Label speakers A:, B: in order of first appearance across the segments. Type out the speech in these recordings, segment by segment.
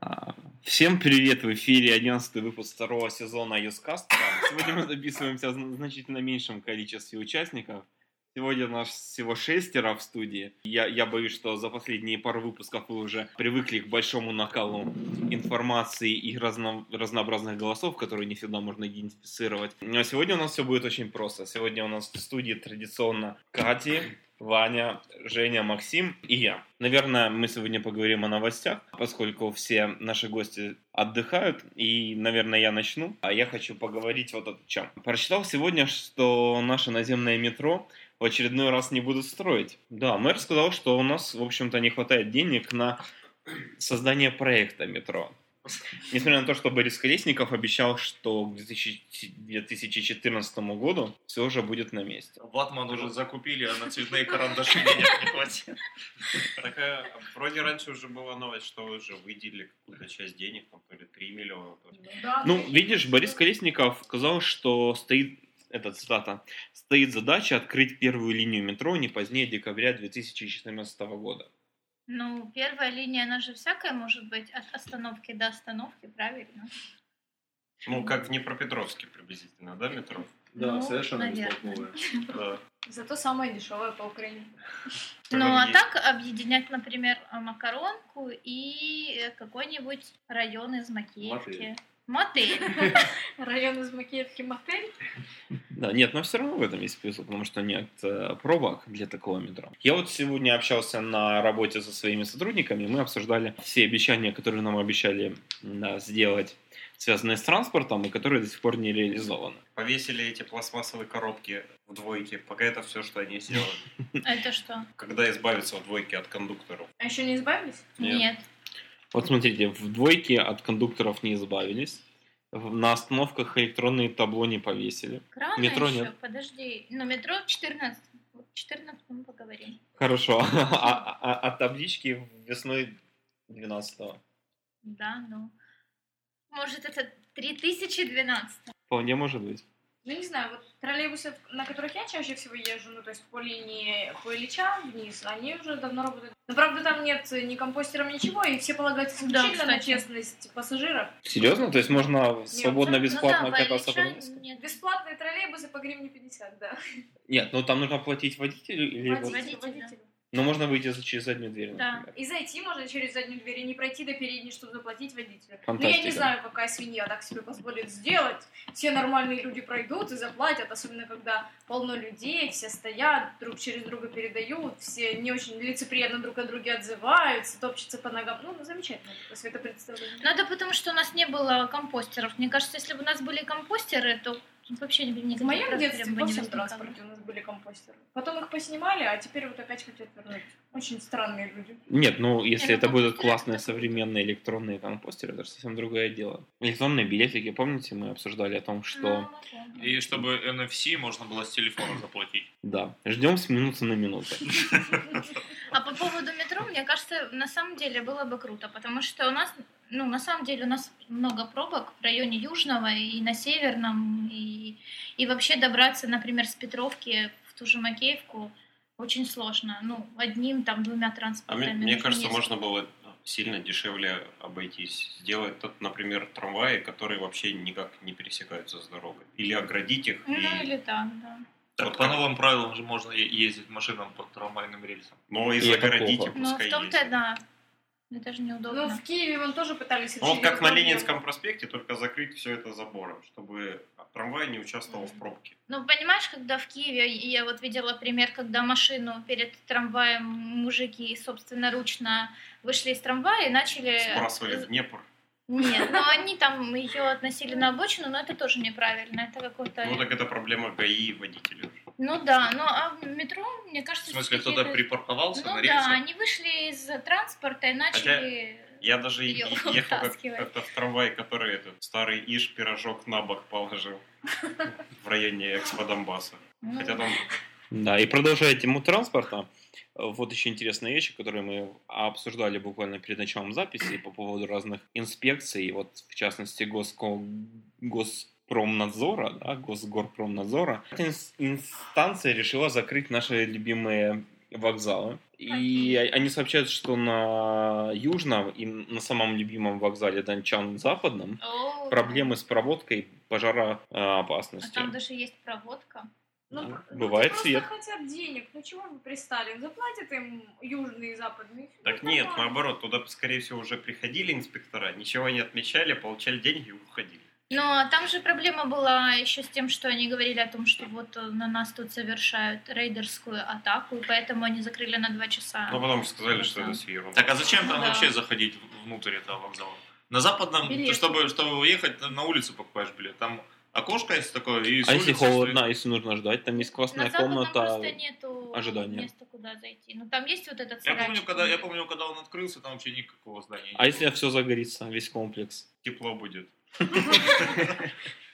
A: А, Всем привет! В эфире 11 выпуск второго сезона Юскаста. Сегодня мы записываемся в зн- значительно меньшем количестве участников. Сегодня нас всего шестеро в студии. Я, я боюсь, что за последние пару выпусков вы уже привыкли к большому накалу информации и разно- разнообразных голосов, которые не всегда можно идентифицировать. Но сегодня у нас все будет очень просто. Сегодня у нас в студии традиционно Кати, Ваня, Женя, Максим и я. Наверное, мы сегодня поговорим о новостях, поскольку все наши гости отдыхают, и, наверное, я начну. А я хочу поговорить вот о чем. Прочитал сегодня, что наше наземное метро в очередной раз не будут строить. Да, мэр сказал, что у нас, в общем-то, не хватает денег на создание проекта метро. Несмотря на то, что Борис Колесников обещал, что к 2014 году все уже будет на месте.
B: Ватман уже закупили, а на цветные карандаши денег не хватит. Так, э, вроде раньше уже была новость, что уже выделили какую-то часть денег, там то ли 3 миллиона. то ли-
C: Да,
A: Ну,
C: да.
A: видишь, Борис Колесников сказал, что стоит, это цитата, стоит задача открыть первую линию метро не позднее декабря 2014 года.
C: Ну, первая линия, она же всякая может быть от остановки до остановки, правильно?
B: Ну, как в Днепропетровске приблизительно, да, метро?
D: Да,
C: Ну,
D: совершенно
C: наверное.
D: бестолковые.
B: Да.
E: Зато самое дешевое по Украине.
C: Ну,
B: Прям
C: а
B: есть.
C: так объединять, например, а, макаронку и э, какой-нибудь район из Макеевки. Мотель.
E: Район из Макеевки мотель.
A: Да, нет, но все равно в этом есть плюс, потому что нет э, пробок для такого метро. Я вот сегодня общался на работе со своими сотрудниками, мы обсуждали все обещания, которые нам обещали м, сделать, связанные с транспортом, и которые до сих пор не реализованы.
B: Повесили эти пластмассовые коробки в двойке, пока это все, что они сделали.
C: А Это что?
B: Когда избавиться в двойке от кондукторов?
E: А еще не избавились?
B: Нет.
C: Нет.
A: Вот смотрите, в двойке от кондукторов не избавились, в- на остановках электронные табло не повесили.
C: Крана
A: Метро
C: еще,
A: нет.
C: подожди. Ну, метро 14. Вот 14 мы поговорим.
A: Хорошо, а, а- а таблички весной 12
C: Да, ну. Может, это 3012.
A: Вполне может быть.
E: Ну, не знаю, вот троллейбусы, на которых я чаще всего езжу, ну, то есть по линии по Ильича вниз, они уже давно работают. Но, правда, там нет ни компостера, ничего, и все полагаются
C: Да,
E: исключительно на
C: кстати.
E: честность пассажиров.
A: Серьезно? То есть можно свободно,
E: ну
A: бесплатно
C: ну, да,
A: кататься по
C: Валича
A: Минску?
C: нет.
E: Бесплатные троллейбусы по гривне 50, да.
A: Нет, ну там нужно платить водителю или...
C: Водитель.
A: вот-
E: Водителю, водителю.
A: Ну можно выйти за- через заднюю дверь,
C: Да.
A: например.
E: И зайти можно через заднюю дверь и не пройти до передней, чтобы заплатить водителю. Ну, я
A: Фантастика.
E: не знаю, какая свинья так себе позволит сделать. Все нормальные люди пройдут и заплатят, особенно когда полно людей, все стоят, друг через друга передают, все не очень лицеприятно друг о друге отзываются, топчутся по ногам. Ну, замечательно, такое светопредставление.
C: Надо Ну потому, что у нас не было компостеров. Мне кажется, если бы у нас были компостеры, то вообще не никаких
E: В моем
C: проблем
E: детстве
C: бы
E: во
C: не
E: всем
C: возникало.
E: транспорте у нас были компостеры. Потом их поснимали, а теперь вот опять хотят вернуть. Очень странные люди.
A: Нет, ну если
C: ну,
A: это
C: там
A: будут
C: круто.
A: классные современные электронные компостеры, это же совсем другое дело. Электронные билетики, помните, мы обсуждали о том, что...
C: Ну, ладно.
F: И чтобы NFC можно было с телефона заплатить.
A: Да, ждем с минуты на минуту.
C: А по поводу метро, мне кажется, на самом деле было бы круто, потому что у нас, ну, на самом деле у нас много пробок в районе Южного и на Северном, и, и вообще добраться, например, с Петровки в ту же Макеевку очень сложно. Ну, одним, там, двумя
B: А
C: транспортами.
B: мне, мне
C: нужно
B: кажется,
C: ездить.
B: можно было сильно дешевле обойтись. Сделать, тот, например, трамваи, которые вообще никак не пересекаются с дорогой. Или оградить их.
C: Ну,
B: и-
C: или так, да.
B: Так,
F: Так,
B: по
F: по новым правилам же можно ездить машинам по трамвайным рельсам.
B: Но и
A: И это
B: загородить, и
A: плохо.
C: Ну,
B: пускай
C: в том-то,
B: ездят.
C: да. Это же
E: Ну,
C: неудобно.
E: в Киеве вон тоже пытались
B: Ну, вот
E: решить
B: как
E: эту
B: на
E: проблему.
B: Ленинском проспекте, только закрыть все это забором, чтобы трамвай не участвовал в пробке.
C: Ну, понимаешь, когда в Киеве, я вот видела пример, когда машину перед трамваем мужики собственноручно вышли из трамвая и начали...
B: Сбрасывали в Днепр.
C: Нет, но они там ее относили на обочину, но это тоже неправильно, это какой-то...
B: Ну, так это проблема ГАИ и водителей. уже.
C: Ну да, ну а в метро, мне
F: В
C: кажется...
F: смысле,
C: всё-таки
F: кто-то
C: это-
F: припарковался
C: Ну
F: на
C: да,
F: рельсах?
C: они вышли из транспорта и начали...
B: Я даже и-
C: Её
B: и ехал как-
C: вытаскивать.
B: как-то в трамвай, который этот старый Иш пирожок на бок положил в районе Экспо Донбасса.
C: Ну,
B: Хотя там
A: Да, и продолжая тему транспорта, э, вот еще интересные вещи, которые мы обсуждали буквально перед началом записи по поводу разных инспекций, вот в частности Госко... Госпромнадзора, да, Госгорпромнадзора. Эта инс- инстанция решила закрыть наши любимые вокзалы. И
C: Окей.
A: о- они сообщают, что на южном и на самом любимом вокзале Данчан западном
C: О,
A: проблемы с проводкой э,
C: А
A: пожароопасностью.
C: там даже есть проводка.
E: Ну,
A: Ну,
E: пр-
A: бывает
E: просто
A: свет.
E: хотят денег. Ну чего вы пристали? Заплатят им южные и западные. Ну, всё
B: Так
E: будет
B: нет,
E: нормально.
B: наоборот, туда, скорее всего, уже приходили инспектора, ничего не отмечали, получали деньги и уходили.
C: Но там же проблема была еще с тем, что они говорили о том, что вот э, на нас тут совершают рейдерскую атаку, и поэтому они закрыли на два
A: Ну,
C: часа.
B: Но потом сказали, что это все ерунда.
F: Так а зачем там
C: А. Да.
F: вообще заходить в- внутрь этого вокзала? На западном,
E: Билет.
F: ты чтобы, чтобы уехать, ты на улицу покупаешь билет. Там окошко есть такое, и с
A: А если
F: улицы
A: холодно, а если нужно ждать, там есть классная
C: на западном
A: комната. а
C: просто нету
A: ожидания.
C: места, куда зайти. Ну там есть вот этот
F: стоит. Я помню,
C: сарайчик.
F: когда, я помню, когда он открылся, там вообще никакого здания не
A: А
F: было.
A: если все загорится, весь комплекс?
B: Тепло будет.
C: Ну,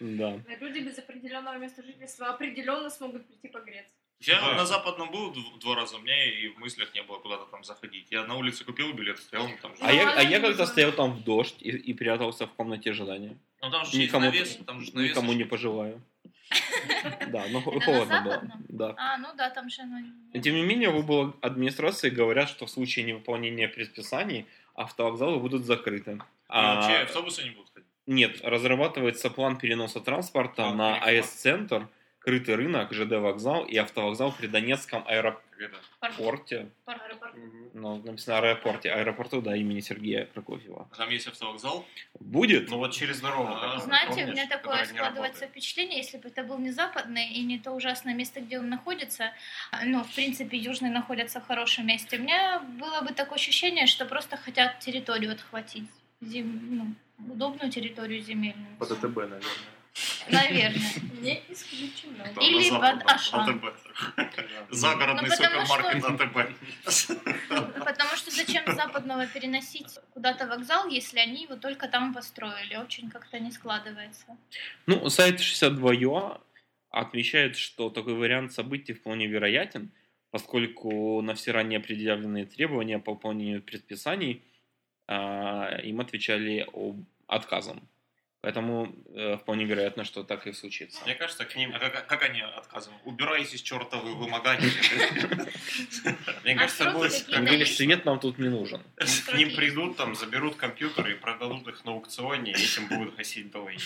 A: Да.
E: Люди без определенного места жительства определенно смогут прийти погреться.
F: Я
B: Да.
F: на западном был дв- два раза, у меня и в мыслях не было куда-то там заходить. Я на улице купил билет, стоял ну, там же.
A: А я, а я
E: ладно,
A: как-то
E: ладно.
A: стоял там в дождь и, и прятался в комнате ожидания.
F: Ну там же
A: Никому-
F: есть навес, там же Ну, навес.
A: Никому не пожелаю. Да, но
C: Это на
A: холодно было.
C: Западном?
A: Да.
C: А, ну да, там же оно не-
A: Но, Тем не менее, в облак администрации говорят, что в случае невыполнения предписаний автовокзалы будут закрыты.
F: И вообще
A: А,
F: автобусы не будут ходить.
A: нет, разрабатывается план переноса транспорта
F: А,
A: на
F: прекрасно.
A: АЭС-центр, крытый рынок, ЖД-вокзал и автовокзал при Донецком
F: Как это?
C: Пар-
A: аэропорте.
C: пар-
A: Ну, написано аэропорте, аэропорту, да, имени Сергея Прокофьева.
F: Там есть автовокзал.
A: Будет?
B: Ну вот через дорогу.
F: А,
B: такая,
C: Знаете, у
B: помнишь,
C: меня такое
B: которая не
C: складывается
B: работает.
C: впечатление, если бы это был не западный и не то ужасное место, где он находится, а, ну, в принципе, южные находятся в хорошем месте, у меня было бы такое ощущение, что просто хотят территорию отхватить, зем- ну, удобную территорию земельную.
B: Под АТБ, наверное.
C: Наверное.
E: Не исключено.
F: Да,
C: Или
F: на
C: под
F: западном,
C: Ашан.
F: АТБ. Загородный
C: Ну, потому
F: супермаркет АТБ.
C: Потому что зачем с западного переносить куда-то вокзал, если они его только там построили? Очень как-то не складывается.
A: Ну, сайт 62.ua а отмечает, что такой вариант событий вполне вероятен, поскольку на все ранее предъявленные требования по выполнению предписаний а, им отвечали об- отказом. Поэтому э, вполне вероятно, что так и случится.
F: Мне кажется, к ним... А как, как они отказывают? Убирайтесь, чертовы вымогатели.
B: Мне
C: А
B: кажется,
C: сроки
B: будет, как
C: какие-то
F: Ну,
A: Как
C: да,
A: говоришь,
C: есть.
A: свет нам тут не нужен.
B: к ним
C: Ну,
B: придут, там заберут компьютеры и продадут их на аукционе, и этим будут гасить долги.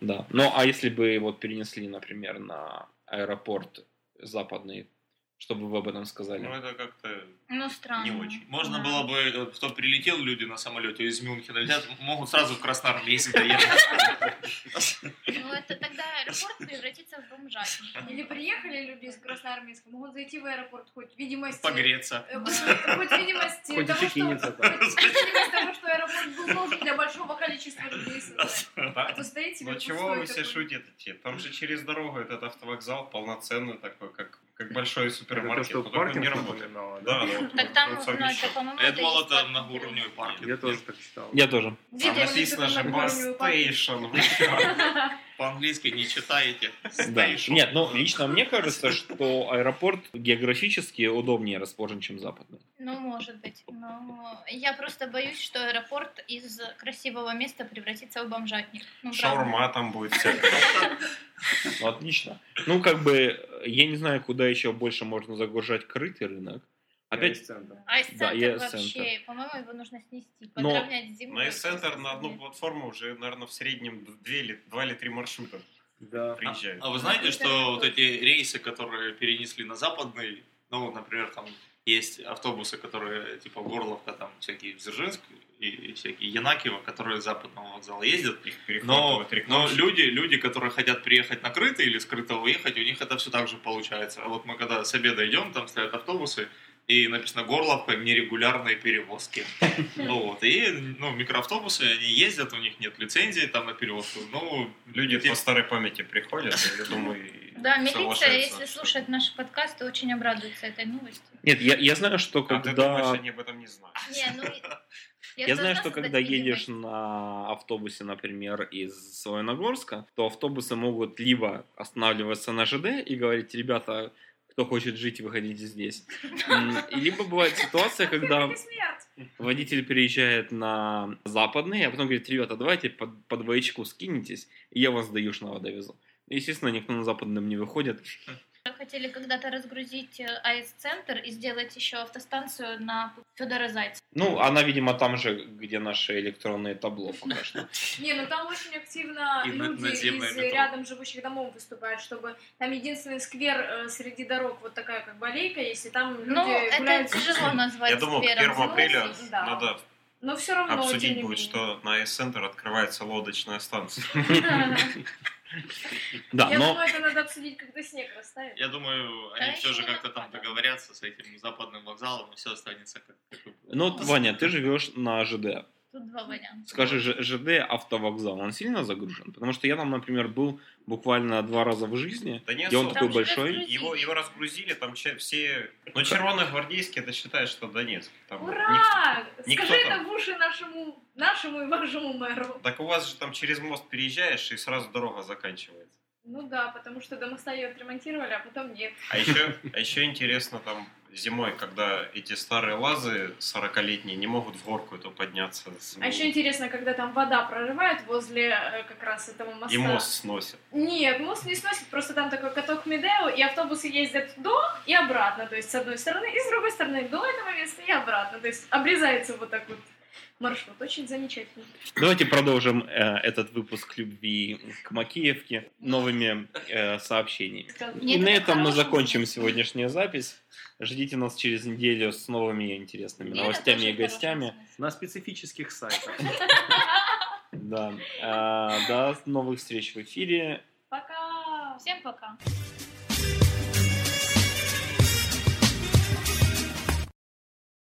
A: Да. Ну, а если бы вот перенесли, например, на аэропорт западный, чтобы вы об этом сказали?
B: Ну это как-то
C: Ну, странно.
B: Не очень.
F: Можно
C: Да.
F: было бы, э, кто прилетел, люди на самолете из Мюнхена летят, могут сразу в Красноармейск доехать.
C: Ну, это тогда аэропорт превратится в бомжатник.
E: Или приехали люди из Красноармейска, могут зайти в аэропорт, хоть видимость...
F: Погреться.
E: э, Хоть хоть видимость
A: Хоть
E: э, того, что...
A: эфигенец это.
E: хоть видимость того, что аэропорт был нужен для большого количества людей. создать. А
B: Да?
E: то стоите
B: Ну
E: как
B: чего
E: пустой
B: вы все
E: такой.
B: шутите? Там же через дорогу этот автовокзал полноценный такой, как, как большой
D: Это то,
B: супермаркет.
D: что
B: но только
D: паркинг
B: не работает.
D: напоминало, да?
B: Да, да.
C: Так там,
B: вот
C: ну,
B: совмещен.
C: это, по-моему,
F: А Я думал,
C: есть
F: это
C: паркинг.
F: многоуровневый паркинг.
D: Я тоже так считал.
A: Я тоже.
E: Где
B: Там
E: делали
B: написано же
E: такую огромную папку?
B: Бассейшн. вы
E: Ну
B: чё?
F: По-английски не читаете.
A: Да.
F: Стоишь.
A: Нет, ну лично мне кажется, что аэропорт географически удобнее расположен, чем западный.
C: Ну, может быть. Но я просто боюсь, что аэропорт из красивого места превратится в бомжатник. Ну, правда.
B: Шаурма там будет всякая.
A: Ну, отлично. Ну, как бы, я не знаю, куда еще больше можно загружать крытый рынок. Опять,
D: Центр.
A: Да,
C: Айс-центр
A: я
C: А вообще,
A: айс-центр.
C: по-моему, его нужно снести,
A: Но
C: подровнять с землей.
B: На эс-центр Ну на одну платформу уже, наверное, в среднем 2 или, два или 3 маршрута
D: Да.
B: приезжают.
F: А вы знаете, что вот эти рейсы, которые перенесли на западный, ну вот, например, там есть автобусы, которые типа Горловка, там всякие в Дзержинск и, и всякие Янакиево, которые с западного вокзала ездят.
B: Их
F: Но,
B: перехватывают
F: но
B: рекламщики.
F: люди, люди, которые хотят приехать на крытый или с крытого уехать, у них это все так же получается. А вот мы когда с обеда идем, там стоят автобусы, и написано «Горловка, нерегулярные перевозки». Ну вот, и ну, микроавтобусы, они ездят, у них нет лицензии там на перевозку. Ну,
B: Люди
F: те-
B: по старой памяти приходят, и, я думаю, и
C: Да, милиция,
B: соглашаются,
C: если
B: что-
C: слушает наши подкасты, очень обрадуется этой новости.
A: нет, я, я знаю, что
B: А ты
A: когда...
B: думаешь, они об этом не знают?
C: Не, ну,
A: я, знаю, что когда едешь на автобусе, например, из Славяногорска, то автобусы могут либо останавливаться на ЖД и говорить, ребята, кто хочет жить, выходите здесь. М, и Либо бывает ситуация, когда...
E: Это смерть.
A: Водитель переезжает на западный, а потом говорит, ребята, давайте по, по двоечку скинетесь, и я вас до Южного довезу. Естественно, никто на западном не выходит.
C: хотели когда-то разгрузить э, АЭС-центр и сделать еще автостанцию на Федора Зайцева.
A: Ну, она, видимо, там же, где наши электронные табло пока что.
E: Не, ну там очень активно
B: И на-
E: люди
B: надземное
E: из
B: метро.
E: рядом живущих домов выступают, чтобы там единственный сквер э, среди дорог, вот такая как бы аллейка есть, и там люди
C: Ну, это
E: гуляют.
C: тяжело назвать
B: Я думал, к
C: сквером.
B: 1 апреля
E: ну, да.
B: надо
E: Но все равно тем
B: обсудить
E: не
B: будет,
E: менее.
B: что на С-центр открывается лодочная станция.
A: Да,
E: Я
A: но
E: думаю, это надо обсудить, когда снег растает.
F: Я думаю,
C: Да,
F: они все
C: еще
F: же
C: не
F: как-то там
C: нападали.
F: договорятся с этим западным вокзалом, и все останется как, как и было.
A: ну, вот, Ваня, ты живешь на ЖД.
C: Тут два варианта.
A: Скажи, Ж- ЖД автовокзал, он сильно загружен? Потому что я там, например, был буквально два раза в жизни.
B: Да не
A: Где он
B: особо.
A: такой
C: же
A: большой?
C: разгрузили.
B: Его, его разгрузили, там че- все... Ну, Червоногвардейский, это считает, что Донецк. Там никто-
E: Ура!
B: никто
E: Скажи
B: там.
E: это в уши нашему, нашему и вашему мэру.
B: Так у вас же там через мост переезжаешь, и сразу дорога заканчивается.
E: Ну да, потому что до моста ее отремонтировали, а потом нет.
B: А еще, а еще интересно там зимой, когда эти старые лазы 40-летние не могут в горку эту подняться. с-
E: А еще интересно, когда там вода прорывает возле э, как раз этого моста.
B: И мост сносят.
E: Нет, мост не сносит, просто там такой каток Медео, и автобусы ездят до и обратно, то есть с одной стороны и с другой стороны до этого места и обратно, то есть обрезается вот так вот маршрут, очень замечательно.
A: Давайте продолжим э, этот выпуск любви к Макеевке новыми э, сообщениями.
E: Сказано.
C: Нет,
A: И на
C: это
A: этом мы
C: хороший
A: закончим
C: выпуск.
A: сегодняшняя запись. Ждите нас через неделю с новыми интересными
C: Вера
A: новостями
C: тоже
A: и гостями.
C: хорошая мысль.
D: На специфических сайтах.
A: Да. А, До новых встреч в эфире.
E: Пока!
C: Всем пока.